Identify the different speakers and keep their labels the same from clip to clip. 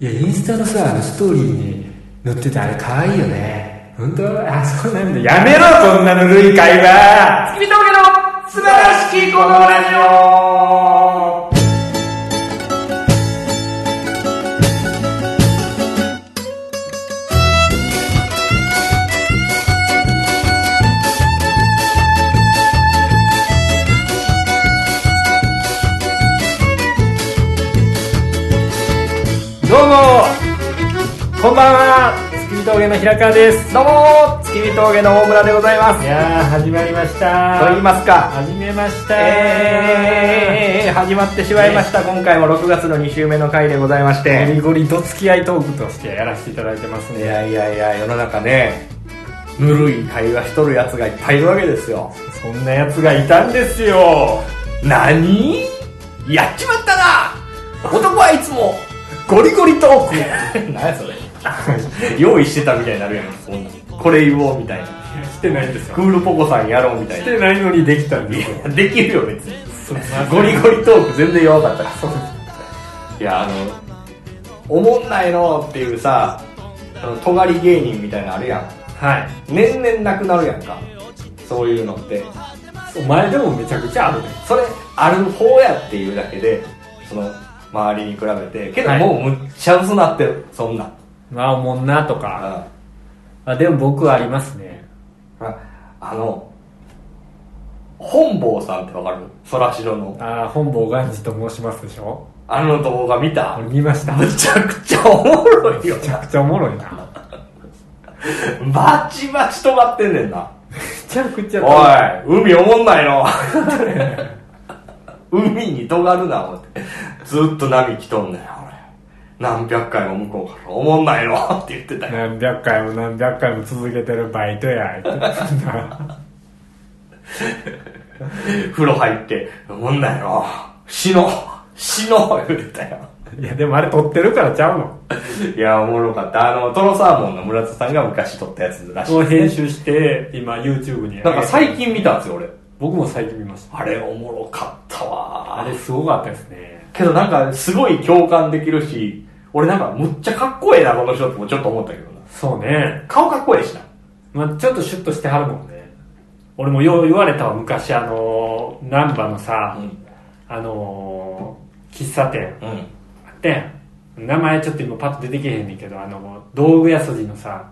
Speaker 1: いや、インスタのさ、あのストーリーに載ってたあれ可愛いよね。本当 あ、そうなんだ。やめろ、こんなの類会は。
Speaker 2: 月見峠の素晴らしきこのラジオ
Speaker 1: どうもこんばんは。月見峠の平川です。
Speaker 2: どうも月見峠の大村でございます
Speaker 1: いやー、始まりました。
Speaker 2: と言いますか
Speaker 1: 始めました。
Speaker 2: えー、始まってしまいました、今回も6月の2週目の回でございまし
Speaker 1: ゴリ
Speaker 2: て
Speaker 1: ゴリと付き合いトークとしてやらせていただいてます
Speaker 2: い
Speaker 1: ね。
Speaker 2: やいやいや世の中ねぬるい会話しとるやつがいっぱいいるわけですよ
Speaker 1: そんな奴がいたんですよ。
Speaker 2: 何やっちまったな男はいつもゴリゴリトーク何やそれ用意してたみたいになるやんこんなんこれ言おうみたいな
Speaker 1: してないんですよ
Speaker 2: ク。ールポコさんやろうみたい
Speaker 1: し
Speaker 2: な
Speaker 1: てないのにできたんですよ。
Speaker 2: いやできるよ別に
Speaker 1: そうなんです
Speaker 2: ゴリゴリトーク全然弱かったからいやあの「おもんないの」っていうさあの尖り芸人みたいなのあるやん
Speaker 1: はい。
Speaker 2: 年々なくなるやんかそういうのって
Speaker 1: お前でもめちゃくちゃあるね。
Speaker 2: それある方やっていうだけでその周りに比べてけど
Speaker 1: はい
Speaker 2: もうむっちゃ薄なってるそんなん
Speaker 1: まあ、おもんなとか。
Speaker 2: あ
Speaker 1: あ、でも僕はありますね。
Speaker 2: あの本坊さんってわかるそらしろの
Speaker 1: あー本坊ガンジと申しますでしょ
Speaker 2: あの動画見た
Speaker 1: 俺見ました。
Speaker 2: む
Speaker 1: め
Speaker 2: ちゃくちゃおもろいよ
Speaker 1: ちゃくちゃおもろいな。
Speaker 2: バチバチ止まってんねんな
Speaker 1: めちゃくちゃ。
Speaker 2: おい海おもんないの 海に尖るな思ってずっと波来とんねん俺何百回も向こうから「おもんないの」って言ってたよ
Speaker 1: 何百回も何百回も続けてるバイトや。 言ってな
Speaker 2: 風呂入って「おもんないの」「死のう死のう」言ってたよ
Speaker 1: いや、でもあれ撮ってるからちゃうの。
Speaker 2: いやおもろかったあのトロサーモンの村田さんが昔撮ったやつらしい
Speaker 1: を編集して、 今 YouTube に。
Speaker 2: なんか最近見たんですよ俺
Speaker 1: 僕も最近見ました。
Speaker 2: あれおもろかったわ
Speaker 1: あれすごかったですね。
Speaker 2: けどなんかすごい共感できるし俺なんかむっちゃかっこええなこの人ってもちょっと思ったけどな
Speaker 1: そうね。
Speaker 2: 顔かっこええしな
Speaker 1: まあちょっとシュッとしてはるもんね。俺もよう言われたわ、昔あの、ナンバのさ、
Speaker 2: うん
Speaker 1: あのー、喫茶店
Speaker 2: うん
Speaker 1: あってん名前ちょっと今パッと出てけへんねんけど、あの、道具屋筋のさ、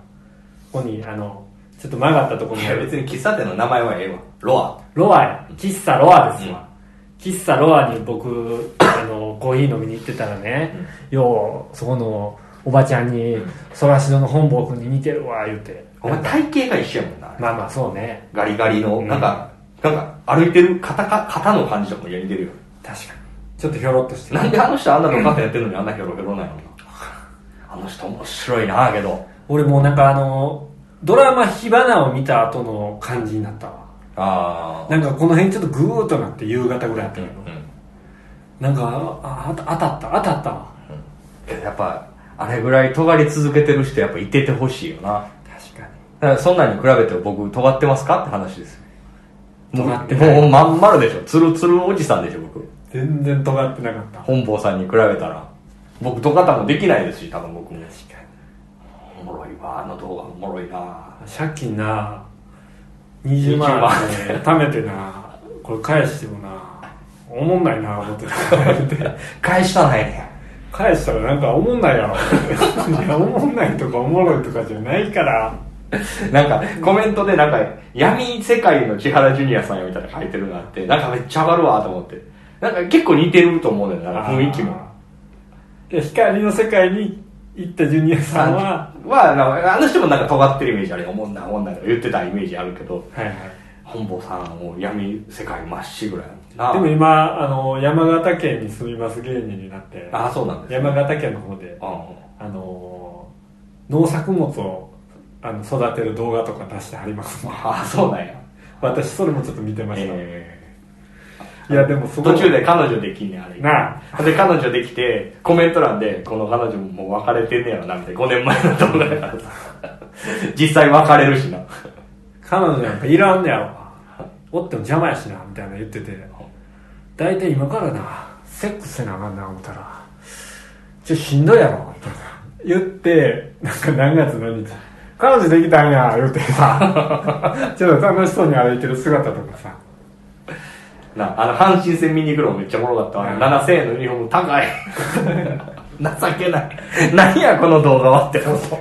Speaker 1: ここに、あの、ちょっと曲がったとこに
Speaker 2: い
Speaker 1: あ
Speaker 2: や
Speaker 1: る
Speaker 2: 別に喫茶店の名前はええわロア
Speaker 1: ロアや喫茶ロアですわ、喫茶ロアに僕あのコーヒー飲みに行ってたらね、ようそこのおばちゃんに「そらしどの本坊君に似てるわ」言うて
Speaker 2: お前体型が一緒やもんな、
Speaker 1: まあまあそうね
Speaker 2: ガリガリの
Speaker 1: ん
Speaker 2: なんか、なんか歩いてる肩か肩の感じとかも似てるよ
Speaker 1: 確かにちょっとひょろっとしてる
Speaker 2: なん であの人あんなの肩やってるのにあんなヒョロヒョロなんやろなあの人面白いなあけど
Speaker 1: 俺もうなんかあのドラマ「火花」を見た後の感じになったわ
Speaker 2: あ
Speaker 1: なんかこの辺ちょっとグーッとなって夕方ぐらいやったけど、
Speaker 2: うん
Speaker 1: なんかああ当たった当たったわ
Speaker 2: けどやっぱあれぐらい尖り続けてる人やっぱいててほしいよな
Speaker 1: 確かに
Speaker 2: だからそんなんに比べて僕尖ってますかって話ですよ
Speaker 1: 尖ってない
Speaker 2: もうまん丸でしょつるつるおじさんでしょ僕
Speaker 1: 全然尖ってなかった確
Speaker 2: 本坊さんに比べたら僕とかたもできないですし多分僕
Speaker 1: か
Speaker 2: も
Speaker 1: に
Speaker 2: おもろいわあの動画おもろいな
Speaker 1: 借金な20万
Speaker 2: 20万
Speaker 1: ね貯めてなこれ返してもなおもんないな思ってた
Speaker 2: 返したないね
Speaker 1: 返したらなんかおもんない やろいやおもんないとかおもろいとかじゃないから
Speaker 2: なんかコメントでなんか闇世界の千原ジュニアさんよみたいなの書いてるのあってなんかめっちゃ上がるわと思ってなんか結構似てると思うねんなんか雰囲気も
Speaker 1: いや光の世界に行ったジュニアさんは
Speaker 2: はなんかあの人もなんか尖ってるイメージあるよおもんないおもんないとか言ってたイメージあるけど
Speaker 1: はいはい
Speaker 2: 本坊さんはもう闇世界まっしぐらいな
Speaker 1: でも今あの山形県に住みます芸人になって
Speaker 2: ああそうなんですね
Speaker 1: 山形県の方で
Speaker 2: う
Speaker 1: あの農作物をあの育てる動画とか出してはります
Speaker 2: んああそうなんや
Speaker 1: 私それもちょっと見てました、
Speaker 2: え
Speaker 1: いやでもすごい
Speaker 2: 途中で彼女できんねんあれ
Speaker 1: なあ
Speaker 2: で彼女できてコメント欄でこの彼女ももう別れてんねやろなみたいな5年前の動画やからさ実際別れるしな
Speaker 1: 彼女なんかいらんねやろおっても邪魔やしなみたいな言ってて大体今からなセックスせなあかんな思ったらちょっとしんどいやろみたいな言ってなんか何月何日彼女できたんや言うて さちょっと楽しそうに歩いてる姿とかさ
Speaker 2: なあの阪神戦見に行くのもめっちゃおもろかったわあの7000円のユニフォーム高い 情けない何やこの動画はって思った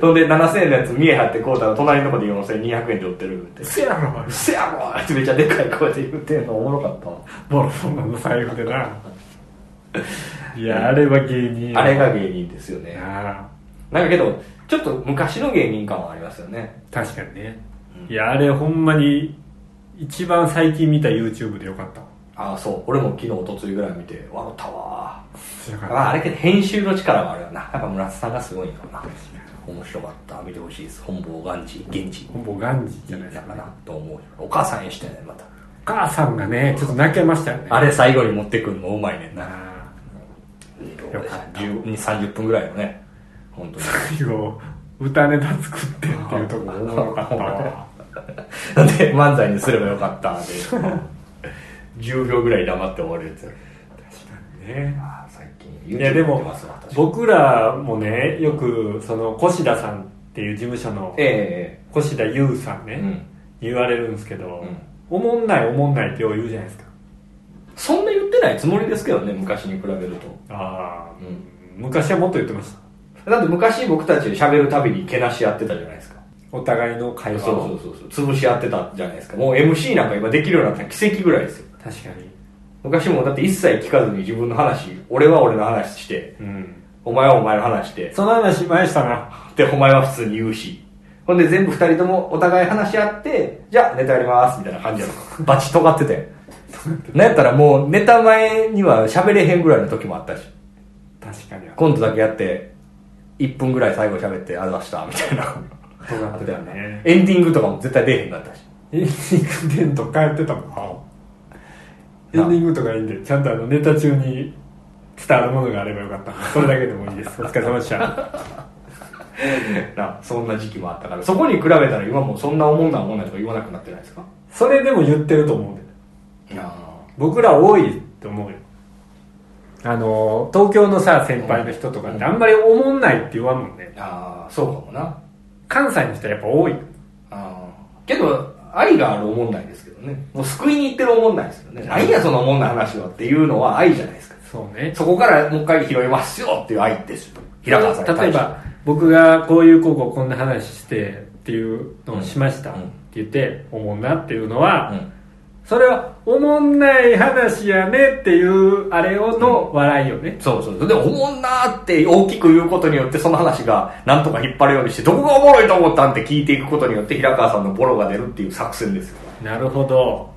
Speaker 2: ほんで7000円のやつ見え張ってこうたら隣の子で4200円で売ってるって「
Speaker 1: せやろ
Speaker 2: うせやろ!」ってめっちゃでかい声で言うてんのおもろかったわ
Speaker 1: ボロボロの財布でないやあれは芸人や
Speaker 2: あれが芸人ですよね
Speaker 1: なあ
Speaker 2: なんかけどちょっと昔の芸人感はありますよね
Speaker 1: 確かにね、
Speaker 2: うん
Speaker 1: いやあれほんまに一番最近見た YouTube でよかった
Speaker 2: ああそう俺も昨日おとついぐらい見て笑ったわ
Speaker 1: だから
Speaker 2: まあ、あれけど編集の力はあるよなやっぱ村田さんがすごいよな面白かった見てほしいです本坊ガンジ現地
Speaker 1: ほぼガンジーじ
Speaker 2: や
Speaker 1: ゃないですか
Speaker 2: か
Speaker 1: ね
Speaker 2: なと思うよお母さんへしてねまた
Speaker 1: お母さんがねちょっと泣けましたよね
Speaker 2: あれ最後に持ってくるのうまいねんな
Speaker 1: あ
Speaker 2: どうでしょう10 20 30分ぐらいのね本当に
Speaker 1: あ最後歌ネタ作ってっていうところもおもろかったわ
Speaker 2: なんで漫才にすればよかった で10秒ぐらい黙って終わるやつ
Speaker 1: ね
Speaker 2: ああ最近
Speaker 1: いやで
Speaker 2: YouTube 見て
Speaker 1: も
Speaker 2: ますわ私
Speaker 1: 僕らもねよくその越田さんっていう事務所の
Speaker 2: え
Speaker 1: 越田優さんね、
Speaker 2: ええええうん
Speaker 1: 言われるんですけど、
Speaker 2: うん
Speaker 1: おもんないおもんないってよう言うじゃないですか
Speaker 2: そんな言ってないつもりですけどね昔に比べると
Speaker 1: ああ、
Speaker 2: うん
Speaker 1: 昔はもっと言ってました
Speaker 2: だって昔僕たち喋るたびにけなし合ってたじゃないですか。
Speaker 1: お互いの会
Speaker 2: そう
Speaker 1: 話を
Speaker 2: そうそうそう。潰し合ってたじゃないですか。もう MC なんか今できるようになったら奇跡ぐらいですよ。
Speaker 1: 確かに
Speaker 2: 昔もだって一切聞かずに自分の話、俺は俺の話して、
Speaker 1: うん
Speaker 2: お前はお前の話して、
Speaker 1: その話前したな
Speaker 2: で、お前は普通に言うし。ほんで全部二人ともお互い話し合って、じゃあネタやりますみたいな感じやろ。バチ尖ってて。なんやったらもうネタ前には喋れへんぐらいの時もあったし。
Speaker 1: 確かに
Speaker 2: コントだけやって、1分ぐらい最後喋って、あれ出した、みたいな。
Speaker 1: 尖ってたよね
Speaker 2: エンディングとかも絶対出えへんかったし。
Speaker 1: エンディングテント帰ってたもんエンディングとかいいんでちゃんとあのネタ中に伝わるものがあればよかったそれだけでもいい ですお疲れ様でした
Speaker 2: なそんな時期もあったから、そこに比べたら今もうそんなおもんないおもんないとか言わなくなってないですか
Speaker 1: それでも言ってると思うで
Speaker 2: いや
Speaker 1: 僕ら多いと思うよあの東京のさ先輩の人とかってあんまりおもんないって言わんもんね
Speaker 2: あーそうかもな。
Speaker 1: 関西の人はやっぱ多い
Speaker 2: あーけど、愛があるおもんないですけどね。もう救いに行ってるおもんないですけどね。何やそのおもんない話はっていうのは愛じゃないですか。
Speaker 1: そうね
Speaker 2: そこからもう一回拾いますよっていう愛ですよ。平川さんに対して
Speaker 1: 例えば僕がこういう高校こんな話してっていうのをしましたって言って、おもんなっていうのは、
Speaker 2: うん
Speaker 1: それはおもんない話やねっていうあれをの笑いよね、
Speaker 2: そうそう。で、おもんなーって大きく言うことによって、その話がなんとか引っ張るようにして、どこがおもろいと思ったんって聞いていくことによって、平川さんのボロが出るっていう作戦ですよ。
Speaker 1: なるほど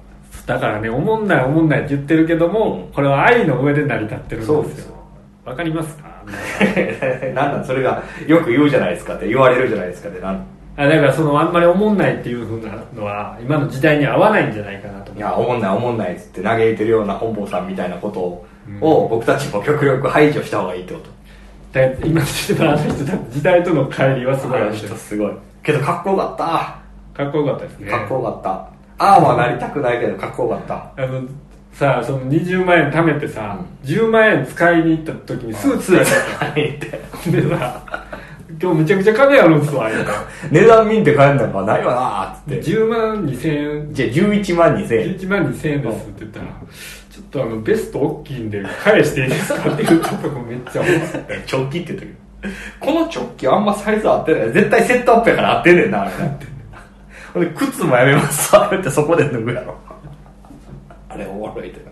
Speaker 1: だからねおもんないおもんないって言ってるけども、これは愛の上で成り立ってるんです
Speaker 2: そ
Speaker 1: よ
Speaker 2: うですよ
Speaker 1: わかりますか
Speaker 2: なんなんそれが、よく言うじゃないですかって、言われるじゃないですかって、なん
Speaker 1: あだからそのあんまりおもんないっていうふうなのは今の時代に合わないんじゃないかなと思う
Speaker 2: いや、おもんないおもんないっつって嘆いてるような本坊さんみたいなことを、
Speaker 1: うん
Speaker 2: を僕たちも極力排除した方がいいってこと。
Speaker 1: だって今の人あの人だって時代との乖離はすごい
Speaker 2: あ
Speaker 1: あるん
Speaker 2: の
Speaker 1: です
Speaker 2: 人
Speaker 1: よ
Speaker 2: すごい。けど、かっこよかっ
Speaker 1: かっこよかったですね
Speaker 2: た。かっこよかった。ああはなりたくないけど、かっこよかった。
Speaker 1: あのさあその20万円貯めてさ、10万円使いに行った時にスーツ
Speaker 2: スー
Speaker 1: や
Speaker 2: ツ入って。
Speaker 1: たで さ今日めちゃくちゃ金あるんすわ言うた
Speaker 2: 値段見んて買えんなんかないわなーっつって。
Speaker 1: 10万2千円
Speaker 2: じゃあ11万2000円。
Speaker 1: 11万2千円ですって言ったらちょっとあのベスト大きいんで返していいですかって言ったとこめっちゃ面白い
Speaker 2: チョッキって言ったけど。このチョッキあんまサイズ合ってない。絶対セットアップやから合ってんねんな、あれなって。ほんで、靴もやめますわ、ってそこで脱ぐやろ。あれおもろいって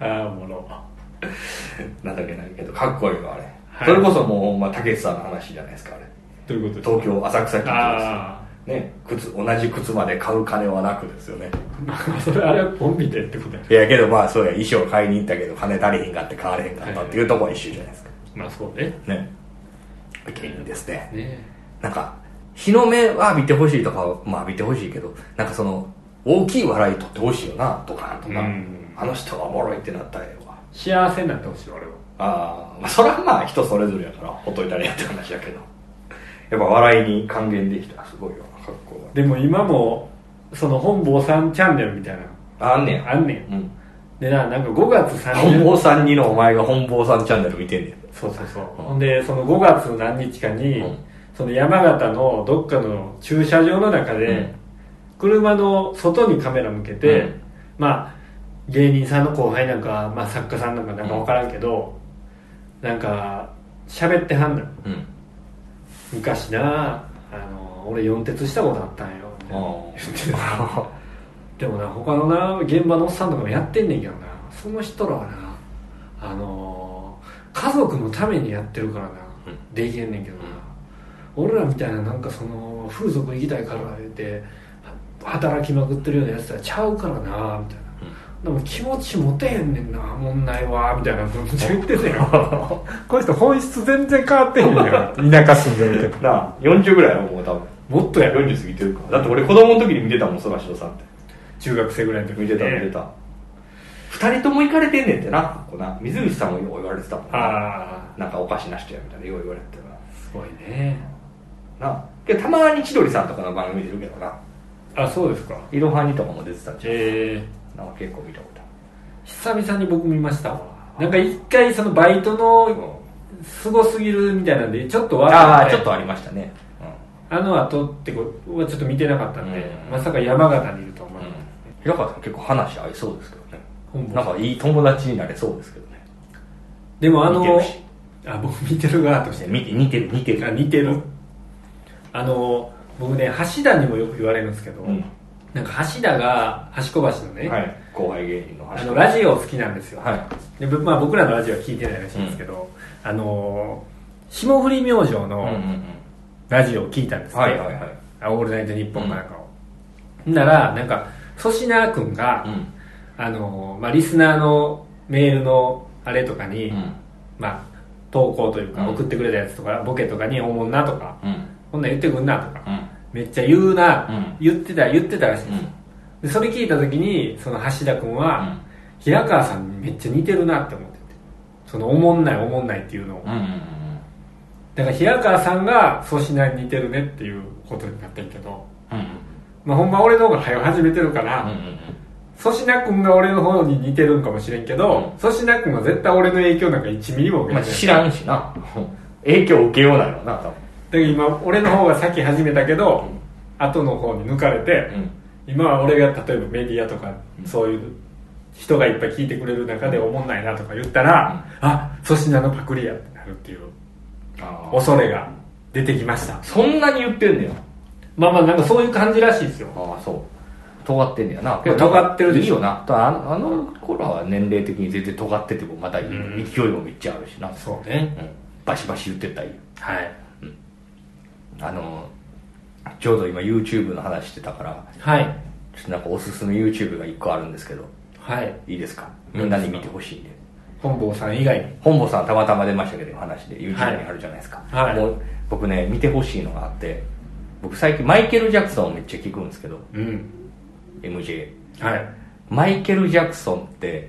Speaker 1: ああもろ
Speaker 2: な。なんだっけないけど、かっこいいわ、あれ。
Speaker 1: はい
Speaker 2: それこそもう、ほんま、たけしさんの話じゃないですか、あれ。
Speaker 1: ということで
Speaker 2: 東京、浅草キッ
Speaker 1: あ
Speaker 2: ズです。ね、靴、同じ靴まで買う金はなくですよね。
Speaker 1: あそれあれはコンビでってことや
Speaker 2: いやけどまあ、そうや、衣装買いに行ったけど、金足りへんかって買われへんかったっていうとこは一緒じゃないですか。
Speaker 1: まあそうね
Speaker 2: ね。芸人ですね。
Speaker 1: ね
Speaker 2: なんか、日の目は見てほしいとか、まあ浴びてほしいけど、なんかその、大きい笑い取ってほしいよな、とか、とか、
Speaker 1: うん
Speaker 2: あの人はおもろいってなったらええわ。
Speaker 1: 幸せになってほしい俺は
Speaker 2: ああ、まあそれはまあ人それぞれやから、ほっといたらええって話やけど。やっぱ笑いに還元できたらすごいよな、格好
Speaker 1: でも今もその本坊さんチャンネルみたいな
Speaker 2: が。あ、あんねや。
Speaker 1: あんねん
Speaker 2: うん。
Speaker 1: でななんか5月30
Speaker 2: 本
Speaker 1: 日
Speaker 2: 坊さんにのお前が本坊さんチャンネル見てんねん
Speaker 1: そうそうそう、ほんでその5月何日かに、
Speaker 2: うん
Speaker 1: その山形のどっかの駐車場の中で、
Speaker 2: うん
Speaker 1: 車の外にカメラ向けて、
Speaker 2: うん
Speaker 1: まあ芸人さんの後輩なんか、まあ、作家さんなんかなんか分からんけど、なんか喋ってはんの
Speaker 2: うん
Speaker 1: 昔なあの俺四鉄したことあったんよみたいな
Speaker 2: あ
Speaker 1: でもな他のな現場のおっさんとかもやってんねんけどなその人らはなあのー家族のためにやってるからな、
Speaker 2: うん
Speaker 1: できへんねんけどな、俺らみたいななんかその風俗行きたいから言って働きまくってるようなやつらちゃうからなみたいな、でも気持ち持てへんねんなもんないわみたい なこと言ってたよこの人本質全然変わってへんねん 田舎住んでるけど
Speaker 2: なあ40ぐらいはもう多分
Speaker 1: もっとやる
Speaker 2: 40過ぎてるからだって俺子供の時に見てたもんそらしろさんって
Speaker 1: 中学生ぐらいの時
Speaker 2: 見てた見てた二人とも行かれてんねんってなここな水口さんもよう言われてたもんな
Speaker 1: ああ
Speaker 2: なんかおかしな人やみたいなよう言われてた
Speaker 1: すごいね
Speaker 2: ななあけどたまに千鳥さんとかの番組出るけどな
Speaker 1: あそうですか
Speaker 2: いろはにとかも出てたんじゃ
Speaker 1: え
Speaker 2: うなんか結構見たことある
Speaker 1: ー、久々に僕見ましたわなんか一回そのバイトのすごすぎるみたいなんでちょっと
Speaker 2: あ
Speaker 1: 笑
Speaker 2: あ
Speaker 1: って
Speaker 2: ちょっとありましたね
Speaker 1: あの後ってことはちょっと見てなかったんで、
Speaker 2: うん
Speaker 1: まさか山形にいるとは
Speaker 2: う
Speaker 1: 思
Speaker 2: ん
Speaker 1: わなかっ
Speaker 2: 平川さん結構話合いそうですけどね
Speaker 1: た本部
Speaker 2: なんかいい友達になれそうですけどね
Speaker 1: でもあの
Speaker 2: 見てるし
Speaker 1: あ僕見てる側として
Speaker 2: 見て似てる似て
Speaker 1: あ
Speaker 2: る
Speaker 1: 似てるあの僕ね橋田にもよく言われるんですけど、
Speaker 2: うん
Speaker 1: なんか橋田が橋小橋のね、
Speaker 2: はい後輩芸人の
Speaker 1: あ
Speaker 2: 話
Speaker 1: のラジオ好きなんですよ、
Speaker 2: はい
Speaker 1: で、ぶまあ、僕らのラジオは聞いてないらしいんですけど、あのー霜降り明星
Speaker 2: うんうん
Speaker 1: のラジオを聞いたんですね
Speaker 2: はいはいはい
Speaker 1: あオールナイトニッポン」かなんかを、ならなんか粗品君が、
Speaker 2: うん
Speaker 1: あのーまあ、リスナーのメールのあれとかに、
Speaker 2: うん
Speaker 1: まあ、投稿というか
Speaker 2: うん
Speaker 1: 送ってくれたやつとか、ボケとかに「おもんな」とか
Speaker 2: うん
Speaker 1: 「こんなん言ってくんな」とか
Speaker 2: うん
Speaker 1: 「めっちゃ言うな」
Speaker 2: うん
Speaker 1: 言ってた言ってたらしいん
Speaker 2: う
Speaker 1: です
Speaker 2: ん
Speaker 1: でそれ聞いた時にその橋田君は、平川さんにめっちゃ似てるなって思っててそのおもんないおもんないっていうのを
Speaker 2: うんうんうん
Speaker 1: だから平川さんが粗品に似てるねっていうことになってるけど
Speaker 2: うんうん
Speaker 1: まあほんま俺の方が早く始めてるから、
Speaker 2: うんうん
Speaker 1: 粗品君が俺の方に似てるんかもしれんけど、粗品君は絶対俺の影響なんか1ミリも
Speaker 2: う
Speaker 1: 受
Speaker 2: ん
Speaker 1: け
Speaker 2: ま
Speaker 1: て
Speaker 2: あ
Speaker 1: ない、
Speaker 2: 知らんしな影響受けようないよな
Speaker 1: だ
Speaker 2: 多分
Speaker 1: から今俺の方が先始めたけど、後の方に抜かれて、今は俺が例えばメディアとかそういう人がいっぱい聞いてくれる中でおもんないなとか言ったら、あ粗品のパクリやってなるっていう
Speaker 2: あー
Speaker 1: 恐れが出てきました
Speaker 2: そんなに言ってんねや
Speaker 1: まあまあなんかそういう感じらしいですよ
Speaker 2: ああそう尖ってんねやな
Speaker 1: あ尖ってるでしょ
Speaker 2: いいよなあのあの頃は年齢的に全然尖っててもまたいい
Speaker 1: うん
Speaker 2: 勢いもめっちゃあるしな、うん、
Speaker 1: そうね
Speaker 2: バシバシ言ってったらいいよ
Speaker 1: はい
Speaker 2: あのちょうど今 YouTube の話してたから
Speaker 1: はい
Speaker 2: ちょっとなんかおすすめ YouTube が1個あるんですけど
Speaker 1: はい
Speaker 2: いいですかみんなに見てほしいんで
Speaker 1: 本坊さん以外に
Speaker 2: 本坊さんたまたま出ましたけど話で YouTube に
Speaker 1: はい
Speaker 2: あるじゃないですか、
Speaker 1: はい
Speaker 2: もう僕ね見てほしいのがあって僕最近マイケル・ジャクソンをめっちゃ聞くんですけど
Speaker 1: うん
Speaker 2: MJ
Speaker 1: はい
Speaker 2: マイケル・ジャクソンって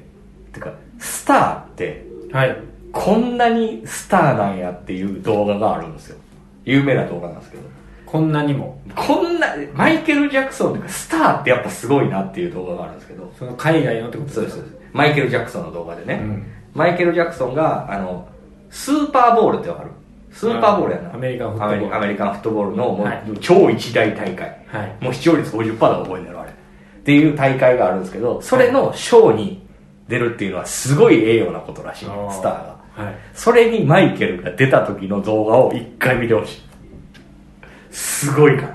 Speaker 2: てかスターって
Speaker 1: はい
Speaker 2: こんなにスターなんやっていう動画があるんですよ有名な動画なんですけど
Speaker 1: こんなにも
Speaker 2: こんなマイケル・ジャクソンってかスターってやっぱすごいなっていう動画があるんですけど
Speaker 1: その海外のってこと
Speaker 2: そうですそうですマイケル・ジャクソンの動画でね、
Speaker 1: うん
Speaker 2: マイケル・ジャクソンがあのスーパーボールってわかるスーパーボールやな
Speaker 1: アメリカンフットボール
Speaker 2: アメリアメリカンフットボールのもう、
Speaker 1: はい
Speaker 2: 超一大大会、
Speaker 1: はい
Speaker 2: もう視聴率50%だ覚えてるあれっていう大会があるんですけどそれのショーに出るっていうのはすごい栄誉なことらしい
Speaker 1: あー
Speaker 2: スターが
Speaker 1: はい
Speaker 2: それにマイケルが出た時の動画を一回見てほしいすごいか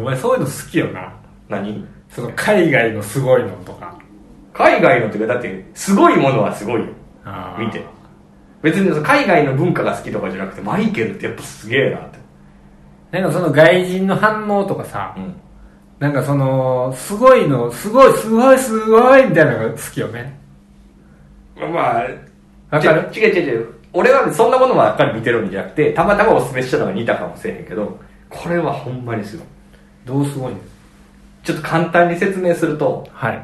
Speaker 1: お前そういうの好きよな
Speaker 2: 何
Speaker 1: その海外のすごいのとか
Speaker 2: 海外のっていうかだってすごいものはすごいよ
Speaker 1: あー
Speaker 2: 見て別にその海外の文化が好きとかじゃなくてマイケルってやっぱすげえなって
Speaker 1: なんかその外人の反応とかさ、
Speaker 2: ん
Speaker 1: なんかそのすごいのすごいすごいすごいみたいなのが好きよね
Speaker 2: まあまあ
Speaker 1: わかる
Speaker 2: ち違う違う違う俺はそんなものばっかり見てるんじゃなくてたまたまおすすめしたのが似たかもしれへんけどこれはほんまにすごい
Speaker 1: どうすごいんです
Speaker 2: ちょっと簡単に説明すると
Speaker 1: はい、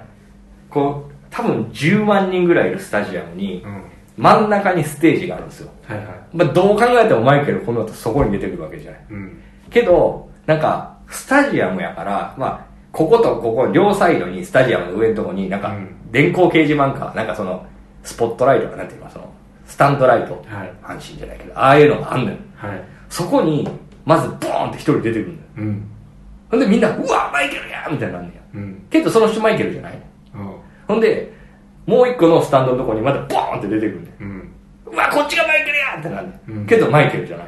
Speaker 2: こう多分10万人ぐらいいるスタジアムに
Speaker 1: うん、
Speaker 2: 真ん中にステージがあるんですよ、
Speaker 1: はいはい
Speaker 2: まあ、どう考えてもマイケルこの後そこに出てくるわけじゃない
Speaker 1: うん
Speaker 2: けどなんかスタジアムやからまあこことここ、両サイドに、スタジアムの上のとこに、なん
Speaker 1: う
Speaker 2: か
Speaker 1: ん、
Speaker 2: 電光掲示板か、なんかその、スポットライトか、なんていうか、その、スタンドライト。
Speaker 1: はい
Speaker 2: 阪神じゃないけど、ああいうのがあんのよ。
Speaker 1: はい
Speaker 2: そこに、まず、ボーンって一人出てくるのよ。
Speaker 1: うん
Speaker 2: ほんでみんな、うわ、マイケルやみたいになるのよ。
Speaker 1: うん
Speaker 2: けどその人マイケルじゃないの
Speaker 1: うん
Speaker 2: ほんで、もう一個のスタンドのとこにまたボーンって出てくるんだよ。
Speaker 1: うん
Speaker 2: うわ、こっちがマイケルやってなるね、
Speaker 1: うん
Speaker 2: けどマイケルじゃない。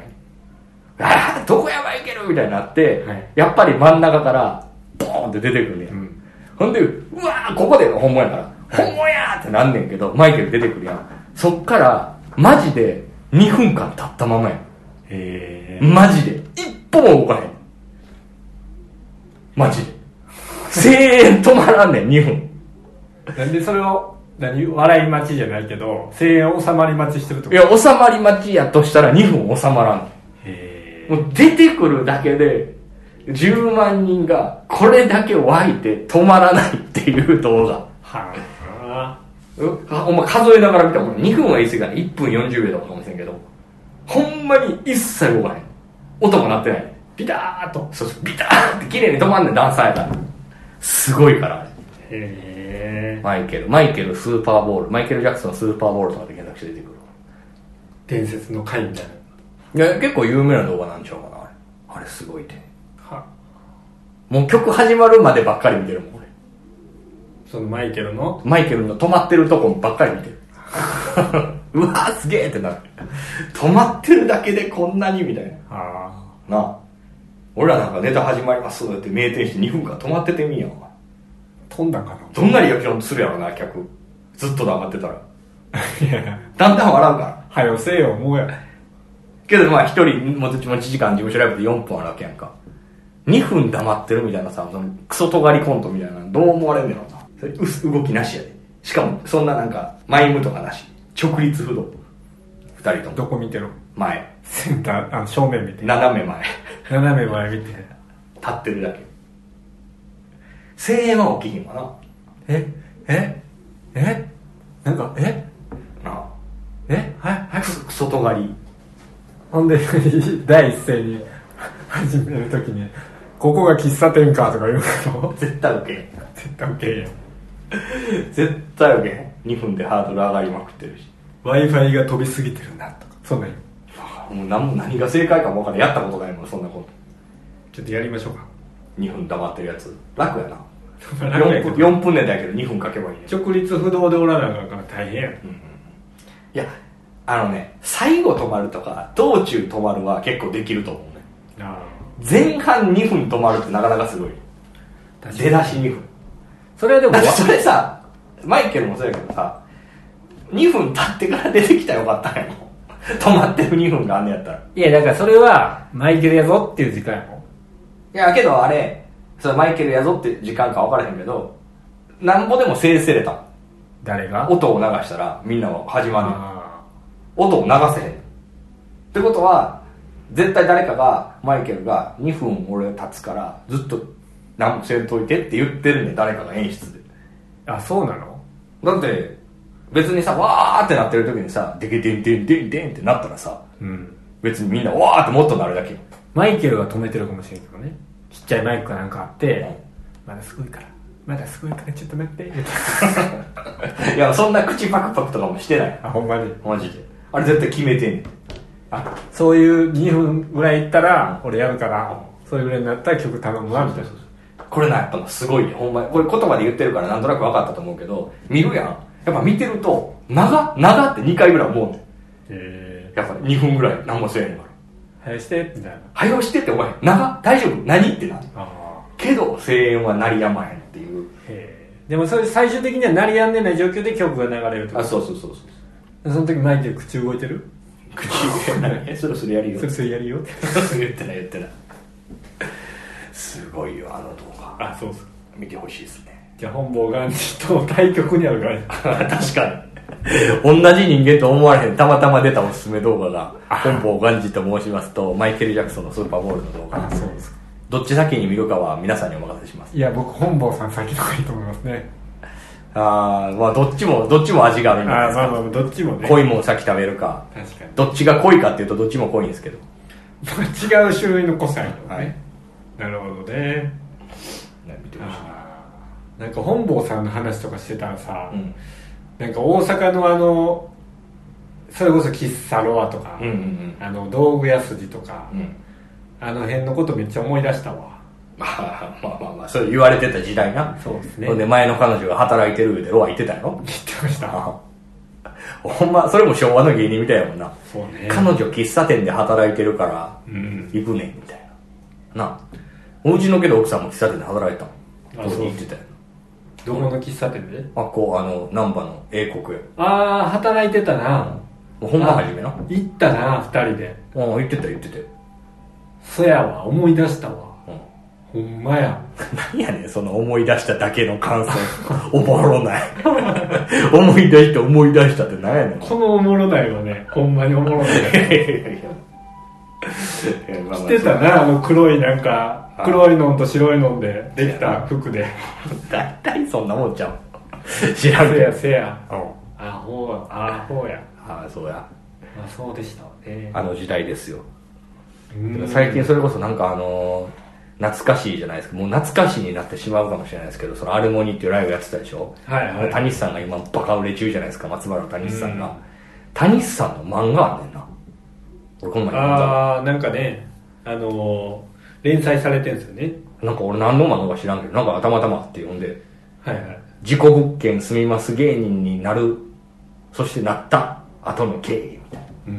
Speaker 2: ああ、どこやマイケルみたいになって、
Speaker 1: はい
Speaker 2: やっぱり真ん中から、ボーンって出てくるね、。
Speaker 1: うんん
Speaker 2: ほんで、うわー、ここで本物やから、本物やってなんねんけど、マイケル出てくるやん。そっから、マジで2分間経ったままやん。
Speaker 1: へえ
Speaker 2: マジで。一歩も動かへん。マジで。 声援止まらんねん、2分。
Speaker 1: なんでそれを何笑い待ちじゃないけど声援収まり待ちしてるって
Speaker 2: い
Speaker 1: こと
Speaker 2: や、収まり待ちやとしたら2分収まらん
Speaker 1: へ
Speaker 2: もう出てくるだけで、10万人がこれだけ湧いて止まらないっていう動画。
Speaker 1: はあ
Speaker 2: うんあお前数えながら見たもん。2分は言い過ぎかな。1分40秒だったかもしれんけど。ほんまに一切動かない。音も鳴ってない。ビターっと。そうそう、ビターって綺麗に止まんねん、ダンサーやから。すごいから、あれ。
Speaker 1: へえ
Speaker 2: マイケル、マイケルスーパーボール。マイケル・ジャクソンスーパーボールとかで検索して出てくる。
Speaker 1: 伝説の回みたいない
Speaker 2: や、結構有名な動画なんちゃうかな、あれ。あれすごいて。
Speaker 1: は
Speaker 2: もう曲始まるまでばっかり見てるもん、俺。
Speaker 1: そのマイケルの
Speaker 2: マイケルの止まってるとこばっかり見てる。 うわーすげーってなる。止まってるだけでこんなにみたい
Speaker 1: あ
Speaker 2: な。なあ。俺らなんかネタ始まりますって名店して2分間止まっててみんや、お前。
Speaker 1: 飛んだんかな
Speaker 2: どんなリアクションするやろな、客。ずっと黙ってたら。
Speaker 1: いや
Speaker 2: だんだん笑うから。
Speaker 1: はよせよもうや
Speaker 2: けどまあ一人持ち持ち時間事務所ライブで4分あるわけやんか。2分黙ってるみたいなさ、そのクソ尖りコントみたいな、どう思われんねやろな。それうす動きなしやで。しかも、そんななんか、マイムとかなし。直立不動。二人と
Speaker 1: ど
Speaker 2: も。
Speaker 1: こ見てる
Speaker 2: 前。
Speaker 1: センターあの正面見て
Speaker 2: 斜め前。
Speaker 1: 斜め前見て
Speaker 2: 立ってるだけ。声援は起きひんわ
Speaker 1: えええなんかえ
Speaker 2: な。なあ。
Speaker 1: えはいはい
Speaker 2: クソクソ尖り。
Speaker 1: ほんで 第一声に始めるときにここが喫茶店かとか言うから
Speaker 2: 絶対受けへん。
Speaker 1: 絶対ウケへんやん
Speaker 2: 絶対受けへん。2分でハードル上がりまくってるし。
Speaker 1: Wi-Fi が飛びすぎてるなとかそんなん言う
Speaker 2: もう何も何が正解かもわからん。やったことないもん、そんなこと。
Speaker 1: ちょっとやりましょうか
Speaker 2: 2分黙ってるやつ楽やな
Speaker 1: 楽やけ
Speaker 2: 4
Speaker 1: ど
Speaker 2: 分 ,4 分寝たけど2分かけばいいね
Speaker 1: 直立不動でおらなあかんから大変やん
Speaker 2: いやあのね最後止まるとか道中止まるは結構できると思うね
Speaker 1: あ
Speaker 2: 前半2分止まるってなかなかすごい
Speaker 1: あ
Speaker 2: 出だし2分
Speaker 1: それはでも
Speaker 2: だってそれさマイケルもそうやけどさ2分経ってから出てきたらよかったんやもん 止まってる2分があんねやったら
Speaker 1: いやだからそれはマイケルやぞっていう時間やもん
Speaker 2: いやけどあれそれマイケルやぞって時間か分からへんけどなんぼでも制せれたもん
Speaker 1: 誰が
Speaker 2: 音を流したらみんなは始まんねん
Speaker 1: あ
Speaker 2: 音を流せへん。ってことは、絶対誰かが、マイケルが、2分俺経つから、ずっと、何もせんといてって言ってるねん、誰かが演出で。
Speaker 1: ああそうなの
Speaker 2: だって、別にさ、わーってなってる時にさ、でけでんでんでんでんってなったらさ、
Speaker 1: うん
Speaker 2: 別にみんな、わーってもっとなるだけよ。
Speaker 1: マイケルが止めてるかもしれんけどねちっちゃいマイクかなんかあってまだすごいからまだすごいからちょっと待って
Speaker 2: いや、そんな口パクパクとかもしてない。
Speaker 1: あほんまに
Speaker 2: マジで。あれ絶対決めてんねん。
Speaker 1: あそういう2分ぐらいいったら俺やるからそういうぐらいになったら曲頼むわみたいな
Speaker 2: これな、やっぱすごいね、ほんまに。これ言葉で言ってるからなんとなく分かったと思うけど、見るやん。やっぱ見てると、長長って2回ぐらい思うねん。
Speaker 1: へえ
Speaker 2: やっぱ2分ぐらい何もせえへんから。
Speaker 1: 返してみたいな
Speaker 2: はよしてってお前、長大丈夫何ってなる。
Speaker 1: あ
Speaker 2: けど、声援は鳴りやまへんっていう。
Speaker 1: へえでもそれ最終的には鳴りやんでない状況で曲が流れるってこ
Speaker 2: あ、
Speaker 1: と
Speaker 2: そうそうそうそう。
Speaker 1: その時マイケル口動いてる
Speaker 2: 口笛鳴り、そろそろやるよ
Speaker 1: そ。れそれやるよ
Speaker 2: 言ってない言ってない。すごいよ、あの動画。
Speaker 1: あそうそう
Speaker 2: 見てほしいですね。
Speaker 1: じゃあ本坊がと対局にあるからね
Speaker 2: 確かに。同じ人間と思われへん。たまたま出たおすすめ動画が、本邦ガンジと申しますと、マイケル・ジャクソンのスーパーボールの動画。
Speaker 1: そうです
Speaker 2: どっち先に見るかは皆さんにお任せします。
Speaker 1: いや僕本坊さん先の方がいいと思いますね
Speaker 2: あー、まあどっちも、どっちも味がある
Speaker 1: あ
Speaker 2: んじゃないですか。
Speaker 1: まあまあどっちもね
Speaker 2: 濃いもん先食べるか
Speaker 1: 確かに
Speaker 2: どっちが濃いかっていうとどっちも濃いんですけど
Speaker 1: 違う種類の個性あるよね、
Speaker 2: はい
Speaker 1: なるほどね
Speaker 2: ね見てほしい
Speaker 1: あーなんか本坊さんの話とかしてたらさ、
Speaker 2: うん
Speaker 1: なんか大阪のあのそれこそ喫茶ロアとか、
Speaker 2: うんうん
Speaker 1: あの道具屋筋とか、
Speaker 2: うんうん
Speaker 1: あの辺のことめっちゃ思い出したわ
Speaker 2: まあまあまあまあそう言われてた時代な
Speaker 1: そうです
Speaker 2: ほんで前の彼女が働いてるでロア行ってたやろ
Speaker 1: 切ってました
Speaker 2: あほんまそれも昭和の芸人みたいやもんな、
Speaker 1: そうね
Speaker 2: 彼女喫茶店で働いてるから
Speaker 1: うん
Speaker 2: 行くねんみたいななおうちのけど奥さんも喫茶店で働いた
Speaker 1: あ
Speaker 2: の
Speaker 1: そう
Speaker 2: 行ってたよ
Speaker 1: どこの喫茶店で
Speaker 2: あこうあの難波の英国や
Speaker 1: ああ働いてたな
Speaker 2: もうほんま初めなあ
Speaker 1: 行ったな二人で
Speaker 2: あ行ってた行ってたよ、
Speaker 1: そやわ思い出したわ
Speaker 2: うん、
Speaker 1: ほんまや
Speaker 2: 何やねんその思い出しただけの感想おもろない思い出して思い出したって何やねん
Speaker 1: このおもろないわねほんまにおもろない
Speaker 2: い やいやいやいやまあま
Speaker 1: 着
Speaker 2: あ
Speaker 1: てたなあの黒いなんか
Speaker 2: あ
Speaker 1: 黒いのんと白いのんでできた服で
Speaker 2: 大体そんなもんちゃう知らん
Speaker 1: せ
Speaker 2: け
Speaker 1: や
Speaker 2: ど
Speaker 1: せや
Speaker 2: うん
Speaker 1: あほうあほうや
Speaker 2: ああそうや
Speaker 1: まあそうでしたわね
Speaker 2: あの時代ですよ
Speaker 1: うん
Speaker 2: 最近それこそなんかあのー懐かしいじゃないですかもう懐かしいになってしまうかもしれないですけどそのアルモニっていうライブやってたでしょ
Speaker 1: はいはい
Speaker 2: もう谷さんが今バカ売れ中じゃないですか松原の谷さんが谷さんの漫画あんねんな俺この前読んだ
Speaker 1: ああなんかねあのー連載されてるんですよね
Speaker 2: なんか俺何の漫画か知らんけどなんかたまたまって読んで
Speaker 1: はいはい
Speaker 2: 事故物件住みます芸人になるそしてなった後の経緯みたいな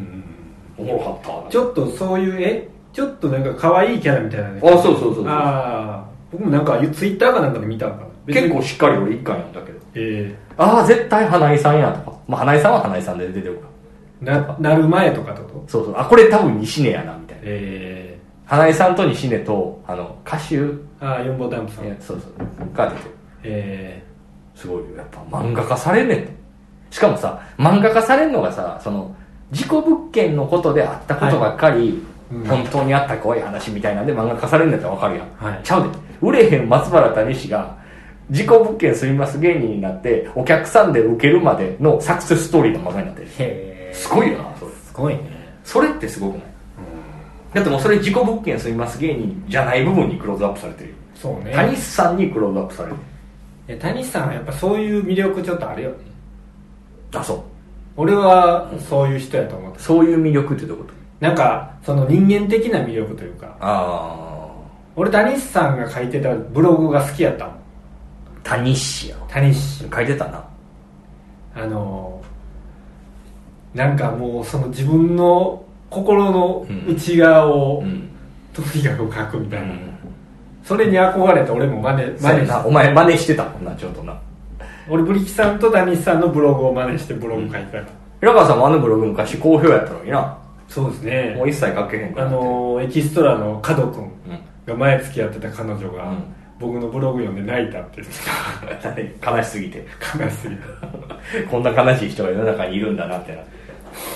Speaker 2: おもろかった
Speaker 1: ちょっとそういうえちょっとなんか可愛いキャラみたいなね
Speaker 2: あそうそうそうそう
Speaker 1: ああ僕もなんかツイッターかなんかで見たのかな別に
Speaker 2: 結構しっかり俺一巻読んだけど
Speaker 1: え
Speaker 2: ああ絶対花井さんやとか、まあ、花井さんは花井さんで出てるから
Speaker 1: ー、ななる前とかってこと
Speaker 2: そうそうあこれ多分西根やなみたいな
Speaker 1: え
Speaker 2: 花井さんと西根とあの歌手
Speaker 1: ー、ああ四ボダンプさん
Speaker 2: いや
Speaker 1: え
Speaker 2: そうそうが出てる
Speaker 1: え
Speaker 2: すごいよやっぱ漫画化されんねんとしかもさ漫画化されんのがさその事故物件のことであったことばっかり、
Speaker 1: うん
Speaker 2: 本当にあった怖い話みたいなんで漫画化されるんだったらわかるやん、
Speaker 1: はい
Speaker 2: ちゃうで売れへん松原谷氏が事故物件住みます芸人になってお客さんで受けるまでのサクセスストーリーの漫画になってる
Speaker 1: へ
Speaker 2: すごいよなそれ
Speaker 1: すごいね
Speaker 2: それってすごくないだってもうそれ事故物件住みます芸人じゃない部分にクローズアップされてるよ
Speaker 1: そうね
Speaker 2: 谷さんにクローズアップされる
Speaker 1: え谷さんはやっぱそういう魅力ちょっとあるよね
Speaker 2: あそう
Speaker 1: 俺はそういう人やと思って
Speaker 2: そういう魅力ってどういうこと
Speaker 1: なんかその人間的な魅力というか
Speaker 2: あ
Speaker 1: 俺谷さんが書いてたブログが好きやったもん
Speaker 2: あ谷氏や
Speaker 1: 谷氏
Speaker 2: 書いてたな
Speaker 1: あのーなんかもうその自分の心の内側を
Speaker 2: ん
Speaker 1: とにかく書くみ
Speaker 2: う
Speaker 1: たいな、
Speaker 2: ん
Speaker 1: それに憧れて俺も真似
Speaker 2: そう
Speaker 1: 真
Speaker 2: や
Speaker 1: 似し
Speaker 2: なお前真似してたもんなちょっとな
Speaker 1: 俺ブリキさんと谷さんのブログを真似してブログ書いてた、
Speaker 2: 平川さんもあのブログ昔好評やったのにな
Speaker 1: そうですね
Speaker 2: もう一切書けへんか
Speaker 1: あ
Speaker 2: らって
Speaker 1: のーエキストラの角君
Speaker 2: うん
Speaker 1: が前付き合ってた彼女が、
Speaker 2: うん
Speaker 1: 僕のブログ読んで泣いたって言って
Speaker 2: 悲しすぎて
Speaker 1: た悲しすぎて
Speaker 2: こんな悲しい人が世の中にいるんだなってな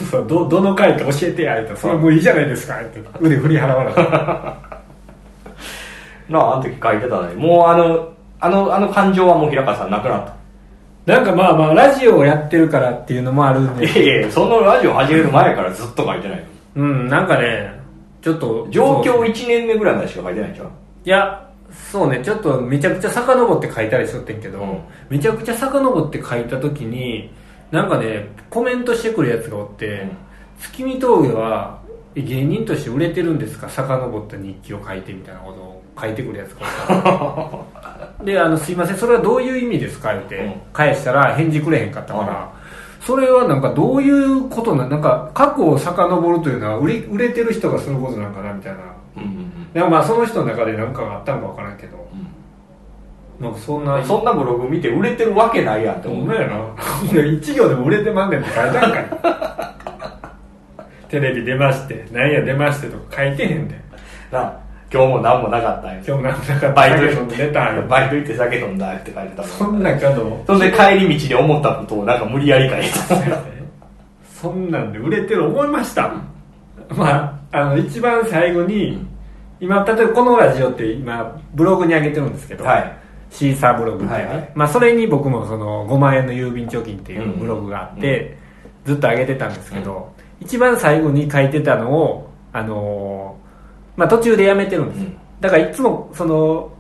Speaker 1: そうどどの回か教えてやれたらそれはもういいじゃないですかって腕振り払わなかった
Speaker 2: なああの時書いてたのにもうあのあのあの感情はもう平川さんなくなった
Speaker 1: なんかまあまあラジオをやってるからっていうのもあるん
Speaker 2: い
Speaker 1: で
Speaker 2: やいやいやそのラジオ始める前からずっと書いてないの
Speaker 1: うんなんかねちょっと
Speaker 2: 状況
Speaker 1: そう
Speaker 2: 1年目ぐらいまでしか書いてないじゃん
Speaker 1: いやそうねちょっとめちゃくちゃ遡って書いたりしとってんけど、
Speaker 2: うん
Speaker 1: めちゃくちゃ遡って書いた時になんかねコメントしてくるやつがおって、
Speaker 2: ん
Speaker 1: 月見峠はえ芸人として売れてるんですか遡った日記を書いてみたいなことを書いてくるやつがお ったであの「すいませんそれはどういう意味ですか?」言って、
Speaker 2: うん
Speaker 1: 返したら返事くれへんかったから、それはなんかどういうことななんか過去を遡るというのは売れ売れてる人がすることなんかなみたいな
Speaker 2: うんうん
Speaker 1: でもまあその人の中で何かがあったのか分からんけど、なんかそんな
Speaker 2: そんなブログ見て売れてるわけないやんって
Speaker 1: お
Speaker 2: 思う、
Speaker 1: 前やな一行でも売れてまんねんって書いたんかい テレビ出ましてなんや出ましてとか書いてへんで
Speaker 2: なあ今日も何もなかったんや
Speaker 1: 今日なんかなか
Speaker 2: バイト
Speaker 1: 酒飲んで出たんや
Speaker 2: バイト行って酒飲んだって書いてたもん
Speaker 1: そんな角
Speaker 2: そんで帰り道で思ったことをなんか無理やり書いてた
Speaker 1: そんなんで売れてる思いましたまああの一番最後に、今例えばこのラジオって今ブログに上げてるんですけど、
Speaker 2: はい
Speaker 1: シーサーブログっていうね、
Speaker 2: はいはい
Speaker 1: まあ、それに僕もその5万円の郵便貯金っていうブログがあって、ずっと上げてたんですけど、一番最後に書いてたのを、あのーまあ、途中でやめてるんですよ、
Speaker 2: うん
Speaker 1: だからいつもその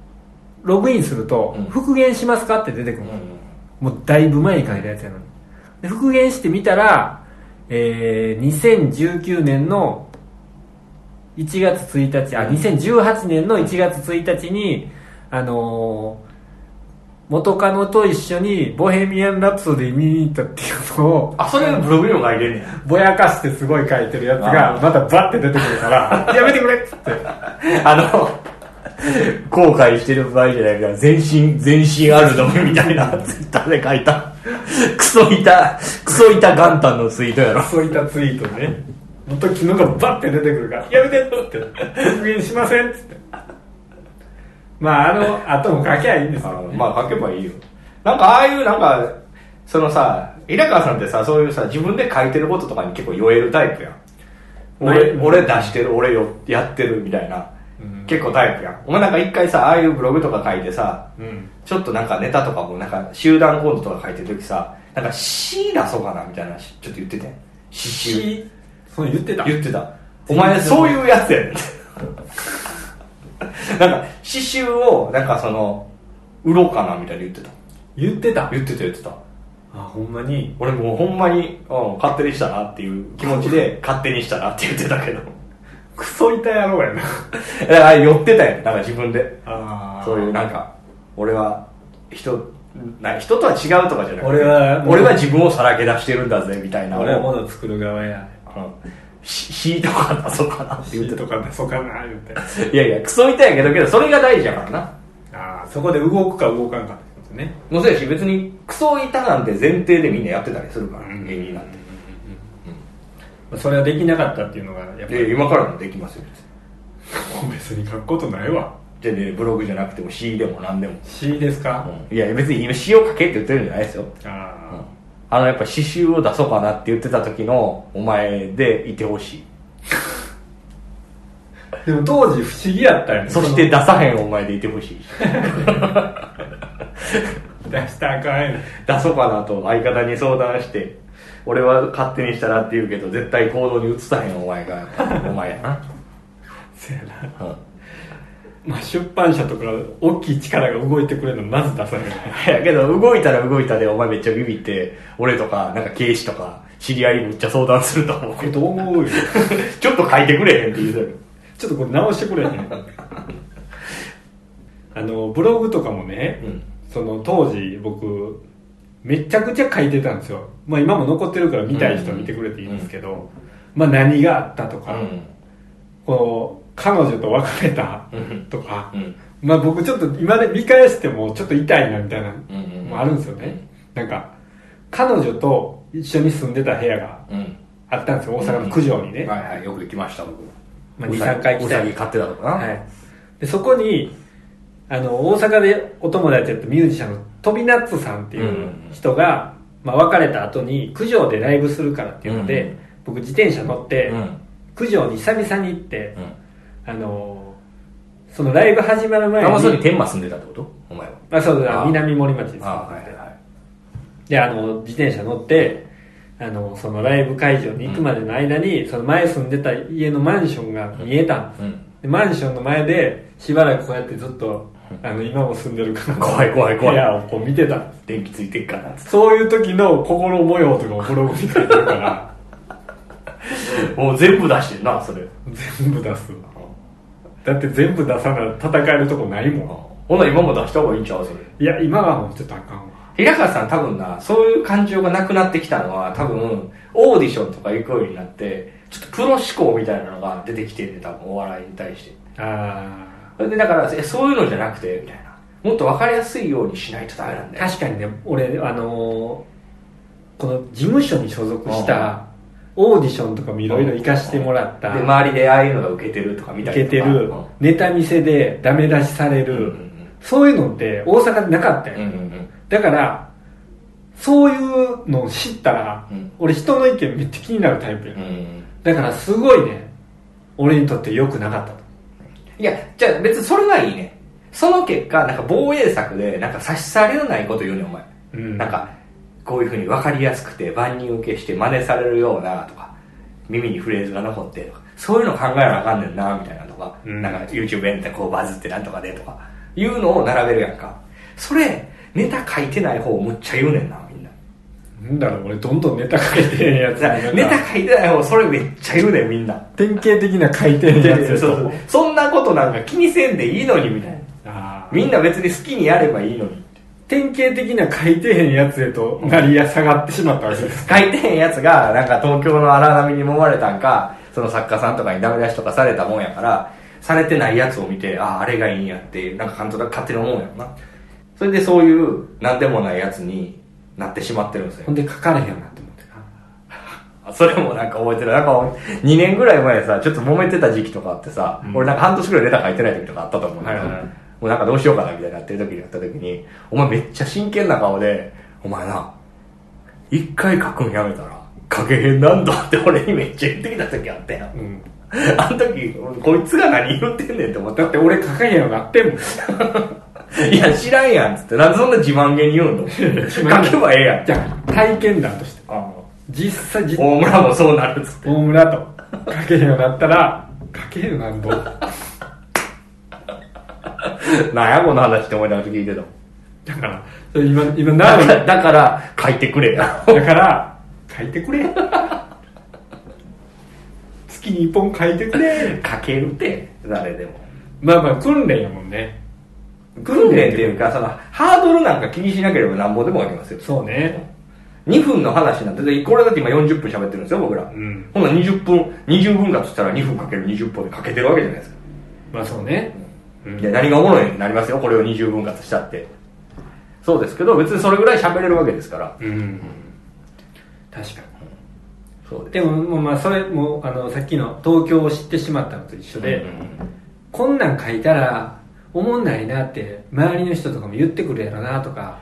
Speaker 1: ログインすると
Speaker 2: うん
Speaker 1: 「復元しますか?」って出てくる
Speaker 2: う
Speaker 1: の、
Speaker 2: ん
Speaker 1: もうだいぶ前に書いたやつやのにで復元してみたら、えー、2019年の1月1日あ2018年の1月1日にあのー元カノと一緒にボヘミアン・ラプソディ見に行ったっていうのを
Speaker 2: あ、それブログにも書いてんねん。
Speaker 1: ぼやかしてすごい書いてるやつ
Speaker 2: あ
Speaker 1: がまたバッて出てくるから「 やめてくれ!」っつって
Speaker 2: あの、後悔してる場合じゃないから、全身、全身あるのみたいな、ツイッターで書いた、クソいた、クソいた元旦のツイートやろ。
Speaker 1: そういったツイートねの時のがバッて出てくるから「やめて!」って「復元しません」っつってまああの後も書きゃいいんですよ、
Speaker 2: まあ書けばいいよ。なんかああいう、なんか、そのさ、稲川さんってさ、そういうさ、自分で書いてることとかに結構酔えるタイプやん。俺、
Speaker 1: うん
Speaker 2: 俺出してる、俺よやってるみたいな、結構タイプやん。お前なんか一回さ、ああいうブログとか書いてさ、
Speaker 1: うん
Speaker 2: ちょっとなんかネタとかもなんか集団コントとか書いてる時さ、なんか C 出そうかなみたいな話ちょっと言っててん。詩集。
Speaker 1: しそう言ってた
Speaker 2: 言ってた。お前そういうやつ やねん。なんか詩集をなんかその、売ろうかなみたいに言ってた。
Speaker 1: 言ってた
Speaker 2: 言ってた言ってた。
Speaker 1: あほんまに
Speaker 2: 俺もうほんまに、うん、勝手にしたなっていう気持ちで勝手にしたなって言ってた けど。
Speaker 1: クソ痛野郎やな
Speaker 2: だから寄ってたやん。なんか自分で。
Speaker 1: あ
Speaker 2: そういうなんか俺は人な人とは違うとかじゃなくて
Speaker 1: 俺は
Speaker 2: 俺は自分をさらけ出してるんだぜみたいな
Speaker 1: 俺はも
Speaker 2: も
Speaker 1: の作る側や
Speaker 2: し とか出そうかなって言
Speaker 1: 言
Speaker 2: っ
Speaker 1: ってとか出そうかな言って
Speaker 2: たいやいやクソみたいやけどけどそれが大事やからな
Speaker 1: ああそこで動くか動かんかってことね
Speaker 2: もそうやし別にクソいたなんて前提でみんなやってたりするから
Speaker 1: うん
Speaker 2: 芸人なんて
Speaker 1: それはできなかったっていうのがやっぱ
Speaker 2: で
Speaker 1: り
Speaker 2: 今からもできますよ
Speaker 1: 別に書くことないわ
Speaker 2: 別にじゃあねブログじゃなくても詩でも何でも、
Speaker 1: C ですか、
Speaker 2: うんいや別に今詩を書けって言ってるんじゃないですよ
Speaker 1: ああ、
Speaker 2: あのやっぱ刺繍を出そうかなって言ってた時のお前でいてほしい
Speaker 1: でも当時不思議やったよね
Speaker 2: そして出さへんお前でいてほしい
Speaker 1: その出したらあかんよ
Speaker 2: 出そうかなと相方に相談して俺は勝手にしたらって言うけど絶対行動に移さへんお前がお前やな、
Speaker 1: せやな、
Speaker 2: うん、
Speaker 1: まあ、出版社とか大きい力が動いてくれるのまず出さない
Speaker 2: い やけど動いたら動いたでお前めっちゃビビって俺とかなんか警視とか知り合いにめっちゃ相談すると思うけ
Speaker 1: これ
Speaker 2: ど
Speaker 1: どう思うよ
Speaker 2: ちょっと書いてくれへんって言うてる
Speaker 1: ちょっとこれ直してくれへんあのブログとかもね、
Speaker 2: うん
Speaker 1: その当時僕めちゃくちゃ書いてたんですよ、まあ、今も残ってるから見たい人は見てくれていいんですけど、まあ、何があったとか、この彼女と別れたとか、
Speaker 2: うん
Speaker 1: まあ、僕ちょっと今で見返してもちょっと痛いなみたいな
Speaker 2: うんうん
Speaker 1: もあるんですよね、なんか彼女と一緒に住んでた部屋が
Speaker 2: うん
Speaker 1: あったんですよ大阪の九条にね、
Speaker 2: はいはいよく行きました僕
Speaker 1: まあ二三回来た
Speaker 2: うさぎ買ってたのかな、
Speaker 1: はい、でそこにあの大阪でお友達やったミュージシャンのトビナッツさんっていう人が、まあ、別れた後に九条でライブするからっていうので、
Speaker 2: うん
Speaker 1: 僕自転車乗って、
Speaker 2: うん
Speaker 1: 九条に久々に行って
Speaker 2: う、ん
Speaker 1: あのーそのライブ始まる前に
Speaker 2: 山添に天満住んでたってことお前は
Speaker 1: あそうだ
Speaker 2: あ
Speaker 1: 南森町です
Speaker 2: はい
Speaker 1: であの自転車乗ってあのそのライブ会場に行くまでの間に、その前住んでた家のマンションが見えたんです、
Speaker 2: うん
Speaker 1: でマンションの前でしばらくこうやってずっとあの今も住んでるから
Speaker 2: 怖い怖い怖い
Speaker 1: 部屋をこう見てたんです
Speaker 2: 電気ついてっかなっつっ
Speaker 1: そういう時の心模様とかをブログに書いてるから
Speaker 2: てもう全部出してんなそれ
Speaker 1: 全部出すだって全部出さな戦えるとこないも
Speaker 2: ほな今も出した方がいいんちゃうそれ
Speaker 1: んいや今はもうちょっとあかんわ
Speaker 2: 平川さん多分なそういう感情がなくなってきたのは多分オーディションとか行くようになってちょっとプロ思考みたいなのが出てきてんね多分お笑いに対して
Speaker 1: あ
Speaker 2: それでだからえそういうのじゃなくてみたいなもっと分かりやすいようにしないとダメなんだよ
Speaker 1: 確かにね俺あのーこの事務所に所属したオーディションとかもいろいろ行かしてもらった
Speaker 2: で周りでああいうのが受けてるとか見た
Speaker 1: い
Speaker 2: り
Speaker 1: け
Speaker 2: とか
Speaker 1: てるネタ見せでダメ出しされ
Speaker 2: うんう
Speaker 1: る、
Speaker 2: ん
Speaker 1: そういうのって大阪でなかった
Speaker 2: う
Speaker 1: よ、
Speaker 2: んうんうん
Speaker 1: だからそういうのを知ったら、
Speaker 2: うん
Speaker 1: 俺人の意見めっちゃ気になるタイプや、
Speaker 2: うんうん
Speaker 1: だからすごいね俺にとって良くなかったと
Speaker 2: いや、じゃあ別にそれはいいね。その結果、なんか防衛策で、なんか差し障りのないこと言うねん、お前。
Speaker 1: うん
Speaker 2: なんか、こういうふうに分かりやすくて、万人受けして真似されるようなとか、耳にフレーズが残ってとか、そういうの考えなあかんねんな、みたいなとか、
Speaker 1: うん
Speaker 2: なんか YouTube エンタこうバズってなんとかでとか、いうのを並べるやんか。それ、ネタ書いてない方むっちゃ言うねんな、みんな。
Speaker 3: なんだろう、俺どんどんネタ書いてんやつ
Speaker 2: だからネタ書いてない方、それめっちゃ言うねん、みんな。
Speaker 1: 典型的な回転のやつ
Speaker 2: そうそうそんなことなんか気にせんでいいのに、みたいな。
Speaker 3: あー
Speaker 2: みんな別に好きにやればいいのに。
Speaker 1: 典型的な書いてへんやつへとなりや下がってしまったわけです
Speaker 2: 書いてへんやつが、なんか東京の荒波に揉まれたんか、その作家さんとかにダメ出しとかされたもんやから、されてないやつを見て、ああ、あれがいいんやって、なんか監督が勝手に思うんやろな。それでそういう、なんでもないやつになってしまってるんです
Speaker 1: ほ
Speaker 2: よ
Speaker 1: ん。で書かれへんようになって思って
Speaker 2: あそれもなんか覚えてる。なんか、2年ぐらい前さ、ちょっと揉めてた時期とかあってさ、俺なんか半年ぐらいレター書いてない時とかあったと思う、
Speaker 3: はいはいはい
Speaker 2: もうなんかどうしようかなみたいになってる時にやった時に、お前めっちゃ真剣な顔で、お前な、一回書くんやめたら、書けへんなんだって俺にめっちゃ言ってきた時あったよ。
Speaker 1: ん
Speaker 2: あの時、こいつが何言ってんねんって思った
Speaker 1: だって俺書かへんようになってんもん
Speaker 2: いや、知らんやんっつって、なんでそんな自慢げに言うの書けばええやん。
Speaker 1: じゃあ体験談として
Speaker 2: あの
Speaker 1: 実際実
Speaker 2: 大村もそうなるっつって。
Speaker 1: 大村と書けへんようになったら書けへんよなんぼだ
Speaker 2: なんやこの話って思いながら聞いてたもん
Speaker 1: からそれ今今
Speaker 2: だ
Speaker 1: な
Speaker 2: か
Speaker 1: の
Speaker 2: ら、だから書いてくれや。
Speaker 1: だから書いてくれ月に一本書いてくれ
Speaker 2: 書けるって、誰でも。
Speaker 1: まあまあ訓練やもんね
Speaker 2: 訓練っていうか、その、ハードルなんか気にしなければなんぼでも書けますよ。
Speaker 1: そうね
Speaker 2: 2分の話なんて、これだって今40分喋ってるんですよ、僕ら。
Speaker 1: ん
Speaker 2: ほんなら20分、20分割ったら2分かける20本で書けてるわけじゃないですか。
Speaker 1: まあそうねうん
Speaker 2: いや、何がおもろいになりますよ、これを20分割したって。そうですけど、別にそれぐらい喋れるわけですから。
Speaker 1: うん確かに
Speaker 2: そうです。
Speaker 1: でももうまあそれもあのさっきの東京を知ってしまったのと一緒で、こんなん書いたらおもんないなって周りの人とかも言ってくるやろなとか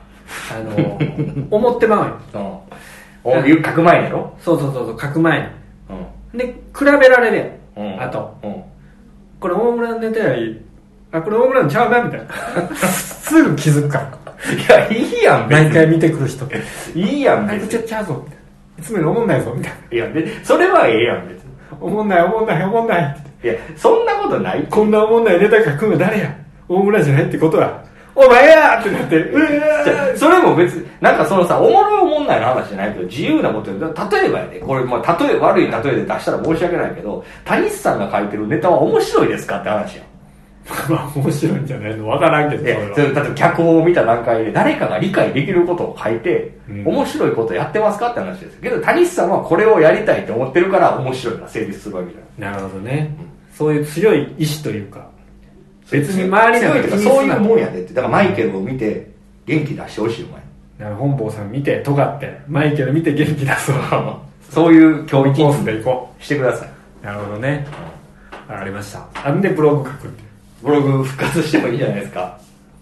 Speaker 1: あの 思ってまうよ
Speaker 2: うん。お言う書く前やろ
Speaker 1: そうそうそうそう書く前
Speaker 2: うん。
Speaker 1: にで比べられるやん、
Speaker 2: うん
Speaker 1: あと
Speaker 2: うん。
Speaker 1: これ大村のネタよりあこれ大村のちゃうなみたいな すぐ気づくから
Speaker 2: いや、いいやん、別
Speaker 1: 毎回見てくる人
Speaker 2: に。いいやん、
Speaker 1: あ
Speaker 2: 別
Speaker 1: いつ
Speaker 2: に
Speaker 1: ちゃちゃうぞみたいないつもよりおもんないぞみたい
Speaker 2: いや、で、それはええやん、別に。
Speaker 1: なおもんないおもんないおもんないって
Speaker 2: いや、そんなことないって
Speaker 1: こんなおもんないネタ書くの誰や大村じゃないってことはお前やーってなってう
Speaker 2: じ
Speaker 1: わ
Speaker 2: ゃあそれも別に、なんかそのさ、おもろいおもんないの話じゃないけど、自由なこと言う例えばやで、これ、まあ、例え、悪い例えで出したら申し訳ないけど、谷さんが書いてるネタは面白いですかって話やん。
Speaker 1: ーまあ面白いんじゃないのわからんけど
Speaker 2: いや
Speaker 1: それは
Speaker 2: それ例えば脚本を見た段階で、誰かが理解できることを書いて、
Speaker 1: うん
Speaker 2: 面白いことやってますかって話ですけど、谷さんはこれをやりたいと思ってるから、面白いな、成立するわけじゃない。
Speaker 1: なるほどね、そういう強い意志というか別に周り
Speaker 2: 強
Speaker 1: ない
Speaker 2: と
Speaker 1: ん
Speaker 2: か
Speaker 1: か
Speaker 2: そうい
Speaker 1: な
Speaker 2: うもんやでって。だからマイケルを見て、元気出してほしい、お前。
Speaker 1: な本坊さん見て尖ってマイケル見て元気出そう
Speaker 2: そういう教育
Speaker 1: コースで行こ
Speaker 2: してください。
Speaker 1: うなるほどねわかりましたあんでブログ書くって
Speaker 2: ブログ復活してもいいじゃないですか。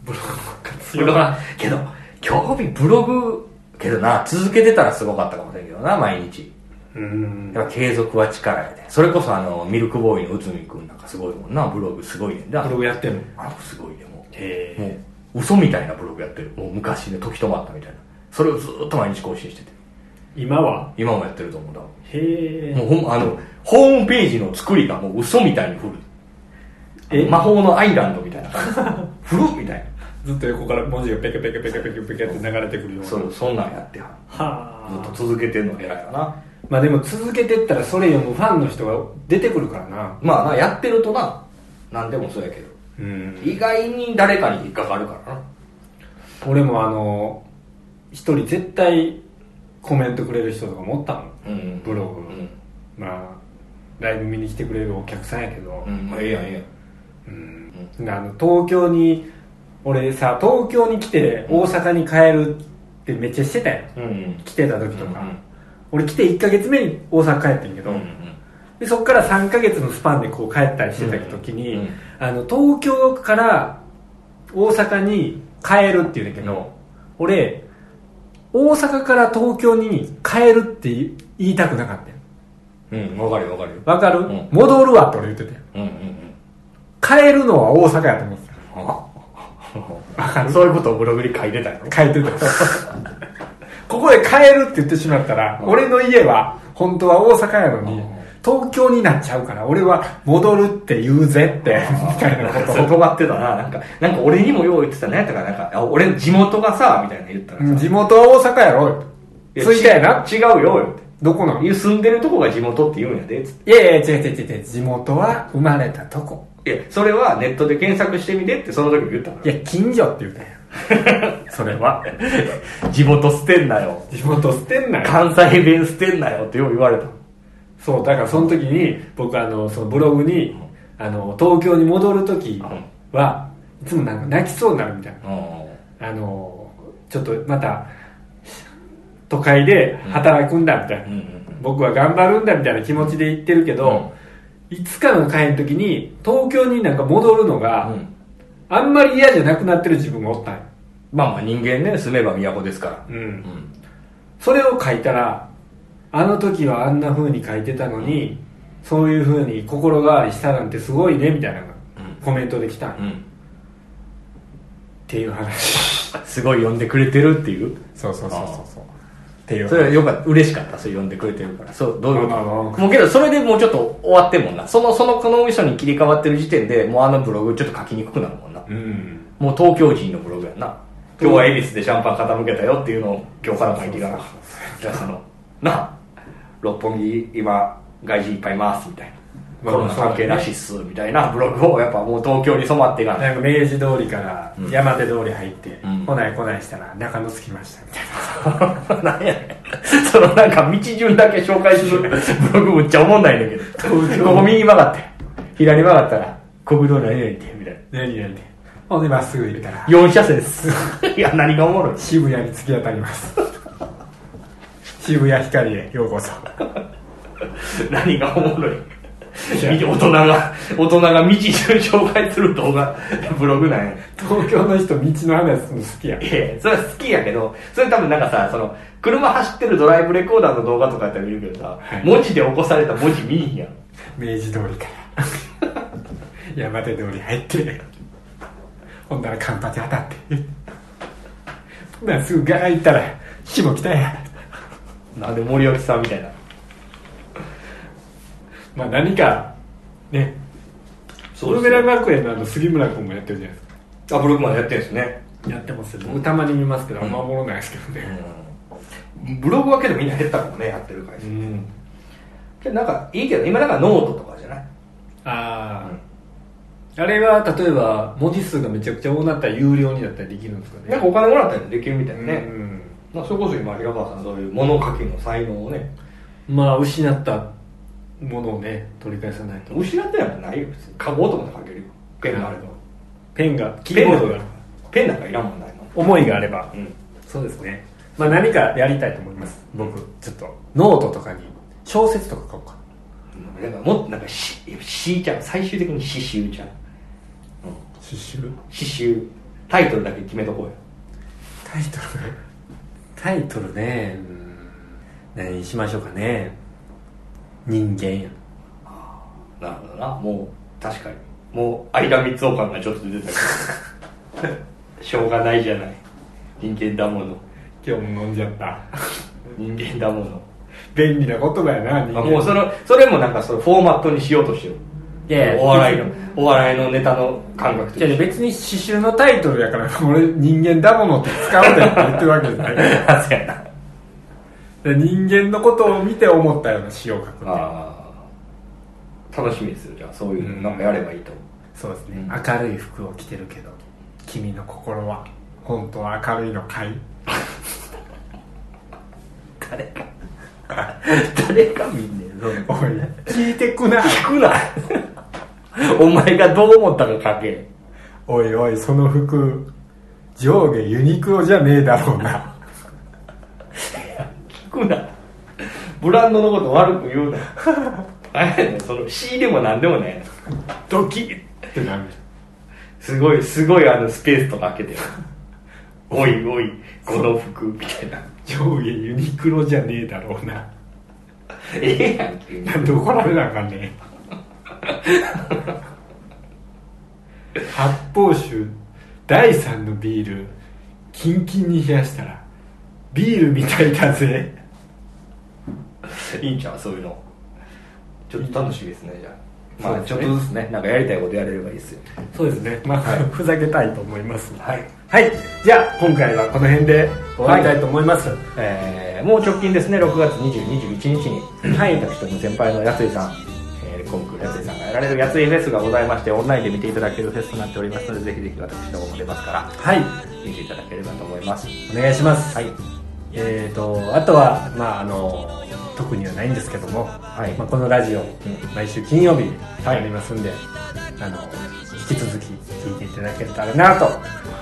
Speaker 1: ブログ復活
Speaker 2: ブログは、けど、興味ブログ、けどな、続けてたらすごかったかもしれんけどな、毎日。
Speaker 1: うん
Speaker 2: やっぱ継続は力やで。それこそあの、ミルクボーイの内海くんなんかすごいもんな、ブログすごいねんな。
Speaker 1: ブログやってんの
Speaker 2: あの子すごいね、もう。
Speaker 1: へ
Speaker 2: もう、嘘みたいなブログやってる。もう昔ね、時止まったみたいな。それをずーっと毎日更新してて。
Speaker 1: 今は
Speaker 2: 今もやってると思うんだ。
Speaker 1: へえ
Speaker 2: もうほん、あの、ホームページの作りがもう嘘みたいに古い。
Speaker 1: え
Speaker 2: 魔法のアイランドみたいな感じ。古っみたい
Speaker 1: ずっと横から文字がペケペケペケペケペケって流れてくるよう
Speaker 2: な。
Speaker 1: な
Speaker 2: それそんなんやってはる
Speaker 1: は
Speaker 2: ずっ
Speaker 1: あ
Speaker 2: と続けてんのが偉いかな。
Speaker 1: まあでも続けてったらそれ読むファンの人が出てくるからな
Speaker 2: まあな、やってるとな、なんでもそうやけど。
Speaker 1: うん
Speaker 2: 意外に誰かに引っかかるからな。
Speaker 1: 俺もあの一人絶対コメントくれる人とかもおったもん
Speaker 2: うん
Speaker 1: ブログの
Speaker 2: うん。
Speaker 1: まあライブ見に来てくれるお客さんやけど
Speaker 2: うん、まあええやんええやん。
Speaker 1: うん、あの東京に俺さ東京に来て大阪に帰るってめっちゃしてたよ
Speaker 2: うん。
Speaker 1: 来てた時とか、
Speaker 2: うんうん
Speaker 1: 俺来て1ヶ月目に大阪帰ってんけど、でそっから3ヶ月のスパンでこう帰ったりしてた時に、
Speaker 2: うんうん
Speaker 1: あの東京から大阪に帰るって言うんだけど、俺大阪から東京に帰るって言いたくなかったよ
Speaker 2: うん、わかるよわかるよ。
Speaker 1: わかる、
Speaker 2: ん
Speaker 1: 戻るわって俺言ってたよ
Speaker 2: うんうんうん。
Speaker 1: 帰るのは大阪やと思って
Speaker 2: そういうことをブログに書いてたやろ
Speaker 1: た帰 ってたここで帰るって言ってしまったら、俺の家は本当は大阪やのに、
Speaker 2: うん
Speaker 1: 東京になっちゃうから、俺は戻るって言うぜって、みたいな
Speaker 2: なん
Speaker 1: こ
Speaker 2: か
Speaker 1: と
Speaker 2: それ尖ってたな。なんか、なんか俺にもよう言ってたね。とか、なんか、あ俺地元がさ、みたいな言ったら
Speaker 1: うん
Speaker 2: さ。
Speaker 1: 地元は大阪やろ
Speaker 2: いや
Speaker 1: ついたやな。
Speaker 2: 違うよ、よ
Speaker 1: どこなの
Speaker 2: って。住んでるとこが地元って言うんやで、つっ
Speaker 1: いやいや、違う違う違う違う。地元は生まれたとこ。
Speaker 2: て。いや、それはネットで検索してみてってその時言ったか
Speaker 1: いや、近所って言うたんや。それは。
Speaker 2: ら。 地元捨てんなよ。
Speaker 1: 地元捨てんなよ。
Speaker 2: 関西弁捨てんなよってよう言われた。
Speaker 1: そう、だからその時に、僕あの、そのブログに、あの、東京に戻る時は、いつもなんか泣きそうになるみたいな。あの、ちょっとまた、都会で働くんだみたいな。僕は頑張るんだみたいな気持ちで言ってるけど、いつかの会の時に、東京になんか戻るのが、あんまり嫌じゃなくなってる自分がおったんよ
Speaker 2: まあまあ人間ね、住めば都ですから。
Speaker 1: うん
Speaker 2: う。ん
Speaker 1: それを書いたらあの時はあんな風に書いてたのに、そういう風に心変わりしたなんてすごいねみたいなのが
Speaker 2: うん
Speaker 1: コメントできた、っ
Speaker 2: うん
Speaker 1: ていう話
Speaker 2: すごい呼んでくれてるっていう。
Speaker 1: そうそうそうそうそうっていう
Speaker 2: それはよかった、嬉しかった、それ呼んでくれてるから。そう、どういうこと
Speaker 1: あまあまあ
Speaker 2: もうけど、それでもうちょっと終わってんもんな。その、その、この嘘に切り替わってる時点で、もうあのブログちょっと書きにくくなるもんな。
Speaker 1: うん
Speaker 2: もう東京人のブログやんな。今日は恵比寿でシャンパン傾けたよっていうのを今日から書いていかな。じゃあその、なあ、六本木今、外人いっぱいいますみたいな。
Speaker 1: まあ
Speaker 2: コロナ関係なしっすみたいなブログをやっぱもう東京に染まっていか ない。
Speaker 1: なんか明治通りから
Speaker 2: うん
Speaker 1: 山手通り入って、
Speaker 2: うん
Speaker 1: 来ない来ないしたら中野着きましたみたい
Speaker 2: なんやねん。そのなんか道順だけ紹介する ブログむっちゃおもんないねんだけど。ここ右曲がって、左曲がったら、国道何々って、みたいな。
Speaker 1: な何何ほんでまっすぐ行ったら
Speaker 2: 4車線です。 いや、何がおもろい。
Speaker 1: 渋谷に突き当たります 渋谷光へようこそ
Speaker 2: 何がおもろい。
Speaker 1: や
Speaker 2: 大人が、大人が道順紹介する動画、ブログなんや。
Speaker 1: 東京の人道の話するの好きや
Speaker 2: いやいやそれは好きやけど、それ多分なんかさ、その、車走ってるドライブレコーダーの動画とかやったら見るけどさ、
Speaker 1: はい
Speaker 2: 文字で起こされた文字見いんやん。
Speaker 1: 明治通りから 山手通り入ってほんならカンパチ当たってほんならすぐガー行ったら下北や
Speaker 2: なんで森脇さんみたいな。
Speaker 1: まあ何かねブルメラン学園のあの杉村君もやってるじゃないです
Speaker 2: あ、ブログまでやってるんですね。
Speaker 1: かやってます僕たまに見ますけどあんまおもろないですけどね
Speaker 2: ブログはけどみんな減ったかもね、やってる会
Speaker 1: う
Speaker 2: 社。
Speaker 1: ん
Speaker 2: けどなんかいいけど、今なんかノートとかじゃない
Speaker 1: あああれは例えば文字数がめちゃくちゃ多なったら有料になったりできるんですかね
Speaker 2: なんかお金もらったりできるみたいなね。
Speaker 1: うん
Speaker 2: まあ、それこそ今、平川さん、そういう物書きの才能をね、
Speaker 1: まあ失ったものをね取り返さないと
Speaker 2: 失ってなんかないよ、別に。書こうと思って書けるよ。ペンがあれば。
Speaker 1: ペンがキーボードが
Speaker 2: ペンなんかいらんもんないもん。
Speaker 1: 思いがあれば
Speaker 2: うん。
Speaker 1: そうですねまあ何かやりたいと思います僕ちょっとノートとかに小説とか書こうか
Speaker 2: なんかもっとなんかし、しーちゃん、最終的に刺繍ちゃん。
Speaker 1: 刺繍
Speaker 2: 刺繍。タイトルだけ決めとこうよ。
Speaker 1: タイトルタイトルねうん何にしましょうかね人間や
Speaker 2: なるほどな。もう、確かに。もう、相田光雄感がちょっと出てた けど。しょうがないじゃない。人間だもの。
Speaker 1: 今日も飲んじゃった
Speaker 2: 人間だもの。
Speaker 1: 便利な言葉やな人
Speaker 2: まあ、
Speaker 1: 間
Speaker 2: もうその、それもなんかそのフォーマットにしようとしてる。
Speaker 1: いやいや
Speaker 2: お笑いの、お笑いのネタの感覚と
Speaker 1: じゃ
Speaker 2: し
Speaker 1: あ
Speaker 2: て
Speaker 1: 別に刺繍のタイトルやから俺人間だものって使うんだよって言ってるわけじゃない
Speaker 2: あそうやな。
Speaker 1: で人間のことを見て思ったような詩を書くっていう
Speaker 2: あー楽しみですよ、じゃあ、そういう
Speaker 1: う
Speaker 2: の、
Speaker 1: ん
Speaker 2: なんかやればいいと。
Speaker 1: そうです
Speaker 2: う
Speaker 1: ね
Speaker 2: ん
Speaker 1: 明るい服を着てるけど君の心は本当は明るいのかい
Speaker 2: 誰か、誰か見んねん、そ
Speaker 1: おい聞いてくな
Speaker 2: 聞くな。 お前がどう思ったか書け。
Speaker 1: おいおいその服上下ユニクロじゃねえだろうな
Speaker 2: 聞くな。ブランドのこと悪く言うな。何やねん、その、C でもなんでもね。ドキッ
Speaker 1: ってなる
Speaker 2: すごい、すごいあのスペースとか開けて。おいおい、この服、みたいな。
Speaker 1: 上下ユニクロじゃねえだろうな
Speaker 2: ええやん、急に。
Speaker 1: なんで怒られなあかんねん発泡酒第3のビールキンキンに冷やしたらビールみたいだぜ
Speaker 2: いいんちゃうそういうの。ちょっと楽しみですねじゃあまあちょっとずつねなんかやりたいことやれればいいですよ
Speaker 1: そうですねまあ、
Speaker 2: はい
Speaker 1: ふざけたいと思います
Speaker 2: はい
Speaker 1: はいじゃあ今回はこの辺で終わりたいと思います、
Speaker 2: えーもう直近ですね6月2021日に、はい、私とも先輩の安井さん、えーコンクール安井さんがやられる安井フェスがございましてオンラインで見ていただけるフェスとなっておりますのでぜひぜひ私どもも出ますから
Speaker 1: はい
Speaker 2: 見ていただければと思います
Speaker 1: お願いします、
Speaker 2: はい
Speaker 1: えー、とあとはまああの特にはないんですけども、
Speaker 2: はい
Speaker 1: まあ、このラジオ、毎週金曜日ありますんで、あの引き続き聞いていただけたらなと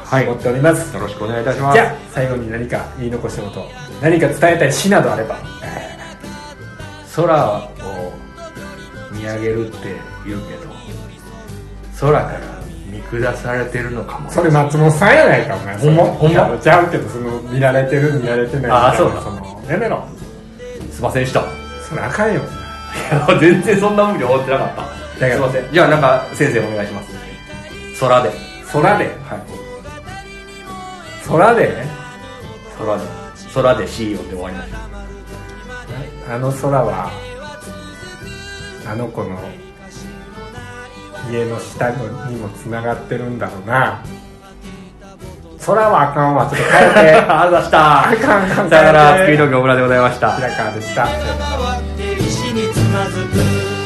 Speaker 2: はい
Speaker 1: 思っております、
Speaker 2: よろしくお願いいたします
Speaker 1: じゃあ最後に何か言い残したこと何か伝えたい詩などあれば
Speaker 2: 空を見上げるって言うけど空から見下されてるのかも
Speaker 1: それ松本さんやないかお前
Speaker 2: ほんま
Speaker 1: それ
Speaker 2: ほんま
Speaker 1: いやちゃうけどその見られてる見られてない
Speaker 2: あーそうだ
Speaker 1: そのやめろ
Speaker 2: すいませんでした い
Speaker 1: それあかんよ
Speaker 2: や全然そんなふうに思ってなかった
Speaker 1: だから
Speaker 2: すいませんじゃあなんか先生お願いします空で
Speaker 1: 空で
Speaker 2: はい
Speaker 1: 空でね
Speaker 2: 空で空で C をで終わりまし
Speaker 1: あの空はあの子の家の下にもつながってるんだろうな空はあかんわちょっと変えて
Speaker 2: た あざした
Speaker 1: あかんあかん
Speaker 2: さよならスピード業村でございました
Speaker 1: 平川でした
Speaker 4: 変わって石につまずく